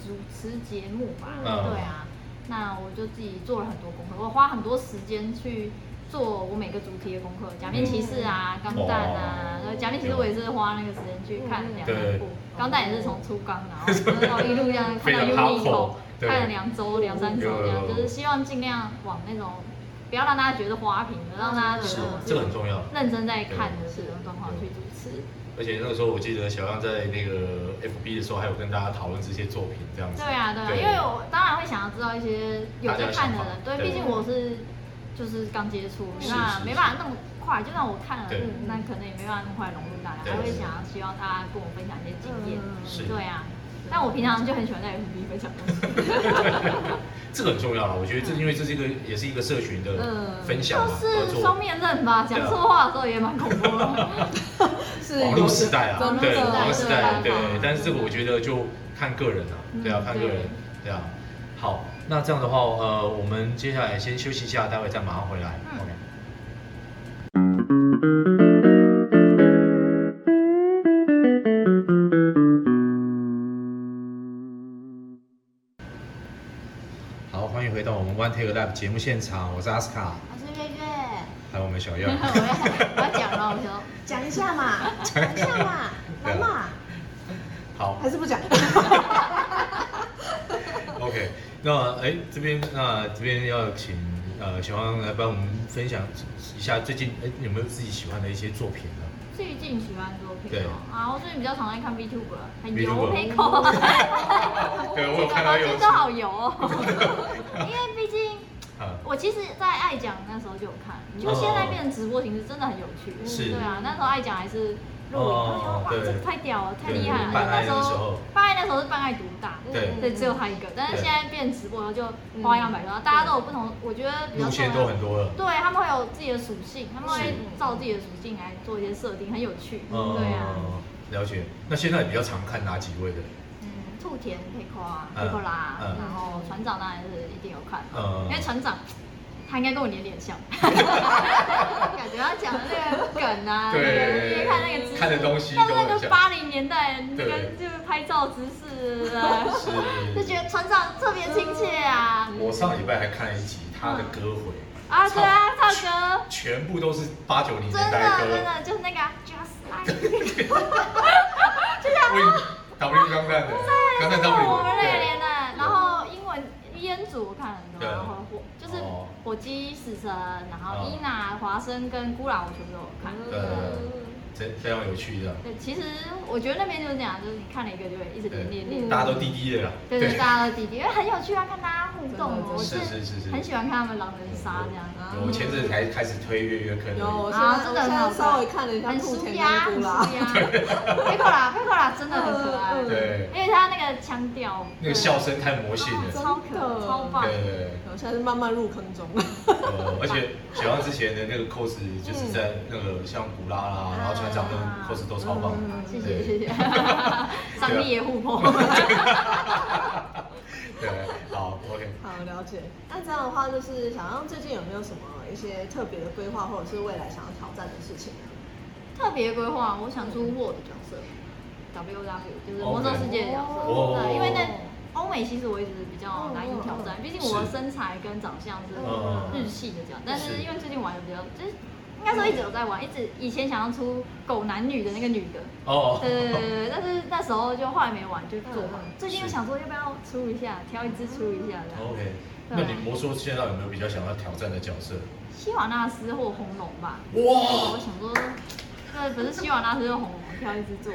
[SPEAKER 3] 主主持节目吧，
[SPEAKER 1] 嗯
[SPEAKER 3] 对啊，那我就自己做了很多功课，我花很多时间去。做我每个主题的功课，假面骑士啊，钢弹啊，然后假面骑士我也是花那个时间去看
[SPEAKER 2] 嗯
[SPEAKER 3] 两三部
[SPEAKER 1] 哦对，
[SPEAKER 3] 钢弹也是从初钢，然后然后一路这样看到
[SPEAKER 1] 非常 hardcore，
[SPEAKER 3] Unico，
[SPEAKER 1] 对
[SPEAKER 3] 看了两周两三周这 样，就是希望尽量往那种不要让大家觉得花瓶的，让大家觉
[SPEAKER 1] 是哦
[SPEAKER 3] 得我
[SPEAKER 1] 这个很重要。
[SPEAKER 3] 认真在看的这种状况去主持。
[SPEAKER 1] 而且那个时候我记得小样在那个 FB 的时候，还有跟大家讨论这些作品这样子。
[SPEAKER 3] 对啊，对啊，因为我当然会想要知道一些有在看的人，对，毕竟我是就是刚接触，
[SPEAKER 1] 是
[SPEAKER 3] 那
[SPEAKER 1] 是
[SPEAKER 3] 没办法那么快，就算我看了，
[SPEAKER 1] 对
[SPEAKER 3] 嗯那可能也没办法那么快融入大家，
[SPEAKER 1] 对
[SPEAKER 3] 还会想要希望大家跟我分享一些经验。
[SPEAKER 2] 嗯
[SPEAKER 1] 是
[SPEAKER 3] 对啊，但我平常就很喜欢在 FB 分享东西。
[SPEAKER 1] 这个很重要了，我觉得这因为这是一个也是一个社群的
[SPEAKER 2] 嗯
[SPEAKER 1] 分享
[SPEAKER 3] 就
[SPEAKER 1] 嘛，合
[SPEAKER 3] 嗯是双
[SPEAKER 1] 作。啊
[SPEAKER 3] 面刃吧，讲错话的时候也蛮恐怖 的。
[SPEAKER 2] 是
[SPEAKER 1] 网络时代啊
[SPEAKER 2] 真，的
[SPEAKER 1] 对，
[SPEAKER 3] 真的
[SPEAKER 1] 网络时代，对嗯
[SPEAKER 3] 真的，
[SPEAKER 1] 但是这个我觉得就看个人啊，对啊
[SPEAKER 3] 嗯，
[SPEAKER 1] 看个人
[SPEAKER 3] 对，
[SPEAKER 1] 对啊。好，那这样的话，呃，我们接下来先休息一下，待会再马上回来。
[SPEAKER 3] 嗯
[SPEAKER 1] OK。好，欢迎回到我们 One Take Lab 节目现场，我是阿斯卡，
[SPEAKER 3] 我是月月，
[SPEAKER 1] 还有我们小
[SPEAKER 3] 我
[SPEAKER 1] 耀
[SPEAKER 3] 要。我要讲了，我说
[SPEAKER 2] 讲一下嘛，讲一下嘛，来嘛，
[SPEAKER 1] 好
[SPEAKER 2] 还，是不讲？
[SPEAKER 1] OK，那哎这边那这边要请呃小王来帮我们分享一下最近哎有没有自己喜欢的一些作品呢？
[SPEAKER 3] 最近喜欢作品
[SPEAKER 1] 对
[SPEAKER 3] 哦，啊，我最近比较常在看 VTuber，很
[SPEAKER 1] VTuber
[SPEAKER 3] 油 p 口，
[SPEAKER 1] 对， 我有看 到有
[SPEAKER 3] 都好 油哦，因为毕竟。
[SPEAKER 1] 啊，
[SPEAKER 3] 我其实，在爱讲那时候就有看，就现在变成直播形式，真的很有趣。
[SPEAKER 1] 哦是
[SPEAKER 3] 对啊，那时候爱讲还是录影，
[SPEAKER 1] 哦
[SPEAKER 3] 哇，
[SPEAKER 1] 对
[SPEAKER 3] 这个太屌了，太厉害了。
[SPEAKER 1] 对办爱
[SPEAKER 3] 那时
[SPEAKER 1] 那时
[SPEAKER 3] 候
[SPEAKER 1] 候
[SPEAKER 3] 办爱那时候是办爱独大，
[SPEAKER 1] 对
[SPEAKER 3] 对，只有他一个。但是
[SPEAKER 1] 对
[SPEAKER 3] 现在变直播，然后就花样百出，然后大家都有不同，我觉得比较
[SPEAKER 1] 路线
[SPEAKER 3] 重要
[SPEAKER 1] 都很多了。
[SPEAKER 3] 对他们会有自己的属性，他们会
[SPEAKER 1] 是
[SPEAKER 3] 照自己的属性来做一些设定，很有趣。
[SPEAKER 1] 嗯
[SPEAKER 3] 对啊，
[SPEAKER 1] 了解。那现在比较常看哪几位的？
[SPEAKER 3] 嗯，兔田佩克啊，
[SPEAKER 1] 嗯
[SPEAKER 3] 佩克啦
[SPEAKER 1] 嗯，
[SPEAKER 3] 然后船长当然是一定有看嘛，
[SPEAKER 1] 嗯
[SPEAKER 3] 因为船长他应该跟我年龄 很像，感觉他讲的那个梗啊，那
[SPEAKER 1] 对
[SPEAKER 3] 个因为看那个姿势，
[SPEAKER 1] 看的东西
[SPEAKER 3] 但是
[SPEAKER 1] 都
[SPEAKER 3] 那
[SPEAKER 1] 很
[SPEAKER 3] 个
[SPEAKER 1] 像
[SPEAKER 3] 八零年代那个
[SPEAKER 1] 对
[SPEAKER 3] 就是拍照姿势啊，
[SPEAKER 1] 是
[SPEAKER 3] 就觉得船长特别亲切啊，
[SPEAKER 1] 我上礼拜还看了一集他的歌回，
[SPEAKER 3] 啊对啊，唱歌。
[SPEAKER 1] 全部都是八九零
[SPEAKER 3] 真
[SPEAKER 1] 年代
[SPEAKER 3] 的
[SPEAKER 1] 的
[SPEAKER 3] 真
[SPEAKER 1] 歌，
[SPEAKER 3] 的就是那个啊 Just Like，You
[SPEAKER 1] 为 W 钢弹的，钢弹
[SPEAKER 3] 对，就是我
[SPEAKER 1] W，
[SPEAKER 3] 们那个年
[SPEAKER 1] 对，
[SPEAKER 3] 代，啊然后英文烟组我看很多，
[SPEAKER 1] 对
[SPEAKER 3] 然后火就是
[SPEAKER 1] 哦
[SPEAKER 3] 火鸡、死神，然后
[SPEAKER 1] 哦
[SPEAKER 3] 伊娜、华生跟孤朗，我全部都有看。
[SPEAKER 1] 对真非常有趣的，
[SPEAKER 3] 对，其实我觉得那边就是这样，就是你看了一个就会一直连连
[SPEAKER 2] 嗯
[SPEAKER 3] 连。
[SPEAKER 1] 大家都滴滴的啦，
[SPEAKER 3] 对对，大家都弟弟，因为很有趣啊，看大家互动哦，我
[SPEAKER 1] 是是是是
[SPEAKER 3] 很喜欢看他们狼人杀这样子。
[SPEAKER 1] 我前阵子才开始推月月坑，
[SPEAKER 2] 有，我现
[SPEAKER 3] 啊
[SPEAKER 2] 在我
[SPEAKER 3] 真的
[SPEAKER 2] 现
[SPEAKER 3] 很好看
[SPEAKER 2] 在稍微看了一下
[SPEAKER 3] 很
[SPEAKER 2] 兔
[SPEAKER 3] 舒
[SPEAKER 2] 田
[SPEAKER 3] 压，
[SPEAKER 2] 那一
[SPEAKER 3] 很
[SPEAKER 2] 部
[SPEAKER 3] 舒
[SPEAKER 2] 啦，
[SPEAKER 3] 压。佩克拉，佩克拉真的很可爱，
[SPEAKER 2] 嗯
[SPEAKER 1] 对
[SPEAKER 3] 因为他那个腔调，
[SPEAKER 1] 那个笑声太魔性了，
[SPEAKER 3] 超
[SPEAKER 2] 真
[SPEAKER 3] 可
[SPEAKER 2] 的
[SPEAKER 3] 超棒。
[SPEAKER 1] 对。
[SPEAKER 2] 我现在是慢慢入坑中。
[SPEAKER 1] 呃，而且小杨之前的那个 cos 就是在那个像古拉啦，
[SPEAKER 3] 啊
[SPEAKER 1] 然后船长那个 cos 都超棒
[SPEAKER 2] 嗯，
[SPEAKER 3] 谢谢
[SPEAKER 1] 对 啊
[SPEAKER 3] 谢谢，商业互捧。
[SPEAKER 1] 对，好，OK，
[SPEAKER 2] 好，了解。那这样的话，就是想要最近有没有什么一些特别的规划，或者是未来想要挑战的事情呢？
[SPEAKER 3] 特别规划，我想出 Word 角色，W W 就是魔兽世界的角色。
[SPEAKER 1] 哦
[SPEAKER 3] 对，因为那欧美其实我一直比较难以挑战，毕竟我的
[SPEAKER 1] 是
[SPEAKER 3] 身材跟长相是
[SPEAKER 1] 嗯
[SPEAKER 3] 日系的这样，但是
[SPEAKER 1] 是
[SPEAKER 3] 因为最近玩的比较就是。应该说一直有在玩，一直以前想要出狗男女的那个女的，
[SPEAKER 1] 哦，
[SPEAKER 3] 对对对对对，但是那时候就后来没玩，就做嘛
[SPEAKER 2] 嗯嗯。
[SPEAKER 3] 最近又想说要不要出一下，挑一只出一下这样。
[SPEAKER 1] ，OK，那你魔兽现在有没有比较想要挑战的角色？
[SPEAKER 3] 希瓦纳斯或红龙吧。我
[SPEAKER 1] 哇，
[SPEAKER 3] 想说，对，可是希瓦纳斯或红龙挑一只做，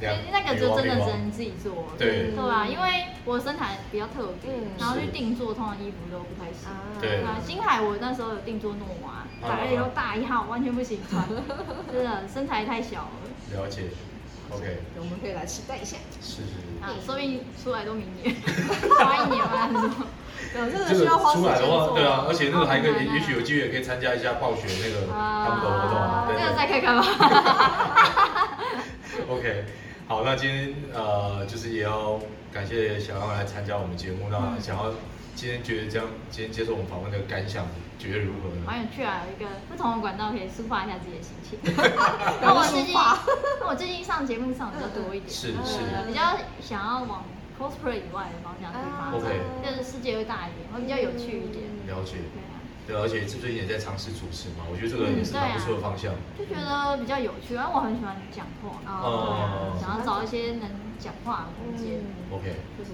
[SPEAKER 1] 两
[SPEAKER 3] 那个就真的
[SPEAKER 1] 女王
[SPEAKER 3] 只能自己做。
[SPEAKER 1] 对
[SPEAKER 3] 对吧？因为我身材比较特别
[SPEAKER 2] 嗯，
[SPEAKER 3] 然后去
[SPEAKER 1] 是
[SPEAKER 3] 定做，通常衣服都不太行。
[SPEAKER 1] 对啊
[SPEAKER 3] 啊，星海我那时候有定做诺娃，打了以后大一号完全不行穿，真的身材太小了
[SPEAKER 1] 了解，OK，
[SPEAKER 2] 我们可以来期待一下。
[SPEAKER 1] 是是是。
[SPEAKER 3] 啊，说不定出来都明年，花一年吧。你说
[SPEAKER 2] 对，这个
[SPEAKER 1] 这
[SPEAKER 2] 需
[SPEAKER 1] 个
[SPEAKER 2] 要花时
[SPEAKER 1] 出
[SPEAKER 2] 间
[SPEAKER 1] 来的话，
[SPEAKER 2] 做
[SPEAKER 1] 对啊，而且那个还可以，
[SPEAKER 3] 哦
[SPEAKER 1] 也许有机会可以参加一下暴雪那个他们的活动啊，对
[SPEAKER 3] 这个
[SPEAKER 1] 对
[SPEAKER 3] 再看看吧。
[SPEAKER 1] OK，好，那今天呃，就是也要感谢小杨来参加我们节目。那
[SPEAKER 2] 嗯
[SPEAKER 1] 想要今天觉得这样，今天接受我们访问的感想，觉得如何
[SPEAKER 2] 哎
[SPEAKER 3] 蛮
[SPEAKER 1] 呢？
[SPEAKER 3] 有趣啊，有一个不同的管道可以抒发一下自己的心情。那我最
[SPEAKER 2] 抒
[SPEAKER 3] 近，
[SPEAKER 2] 发
[SPEAKER 3] 那 我最近上节目上比较多一点，
[SPEAKER 1] 是
[SPEAKER 3] 对
[SPEAKER 1] 是
[SPEAKER 3] 对对比较想要往 cosplay 以外的方向去发展，
[SPEAKER 1] OK
[SPEAKER 3] 就是世界会大一点，会比较有趣一点。
[SPEAKER 1] 了解，
[SPEAKER 3] 对啊，
[SPEAKER 1] 对，而且最近也在尝试主持嘛，我觉得这
[SPEAKER 2] 嗯
[SPEAKER 1] 个也是蛮不错
[SPEAKER 2] 啊
[SPEAKER 1] 的方向。
[SPEAKER 3] 就觉得比较有趣，因为我很喜欢讲话，
[SPEAKER 1] 哦
[SPEAKER 3] 对啊，想要找一些能讲话的空间。
[SPEAKER 2] 嗯
[SPEAKER 1] OK，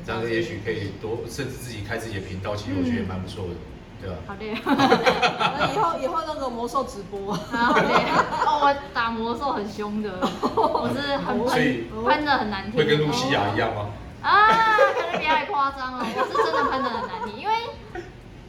[SPEAKER 1] 这样也许可以多，甚至自己开自己的频道，其实我觉
[SPEAKER 2] 嗯
[SPEAKER 1] 得也蛮不错的，对吧？
[SPEAKER 3] 好累啊，
[SPEAKER 2] 那以后以后那个魔兽直播，
[SPEAKER 3] 好累啊！哦，我打魔兽很凶的，我是很
[SPEAKER 1] 所以
[SPEAKER 3] 喷，喷的很难听。
[SPEAKER 1] 会跟露西亚一样吗？
[SPEAKER 3] 啊，可能比他还夸张哦，我是真的喷的很难听，因为。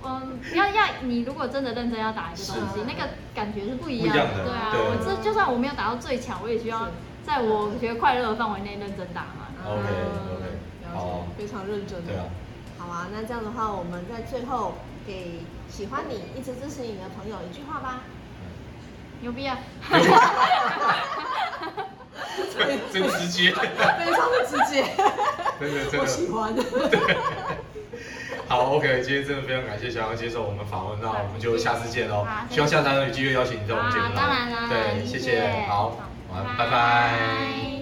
[SPEAKER 3] 嗯，要要你如果真的认真要打一个东西
[SPEAKER 2] 是，
[SPEAKER 3] 那个感觉是不一样
[SPEAKER 1] 不一样的
[SPEAKER 3] 对啊，
[SPEAKER 1] 对
[SPEAKER 3] 我这就算我没有打到最强，我也需要在我觉得快乐的范围内认真打嘛。
[SPEAKER 1] OK，OK，
[SPEAKER 2] 了解
[SPEAKER 1] 好
[SPEAKER 2] 啊非常认真。
[SPEAKER 1] 对啊。
[SPEAKER 2] 好啊，那这样的话，我们在最后给喜欢你、一直支持你的朋友一句话吧。
[SPEAKER 3] 牛逼啊！
[SPEAKER 1] 真直接，
[SPEAKER 2] 非常的直接，
[SPEAKER 1] 真的真的。
[SPEAKER 2] 我喜欢。
[SPEAKER 1] 好，OK，今天真的非常感谢小杨接受我们访问，那我们就下次见喽
[SPEAKER 3] 好。
[SPEAKER 1] 希望下次还有机会邀请你到我们节目
[SPEAKER 3] 啊，当然啦，
[SPEAKER 1] 对，谢
[SPEAKER 3] 谢谢
[SPEAKER 1] 谢，好，晚安，拜
[SPEAKER 3] 拜
[SPEAKER 1] 拜。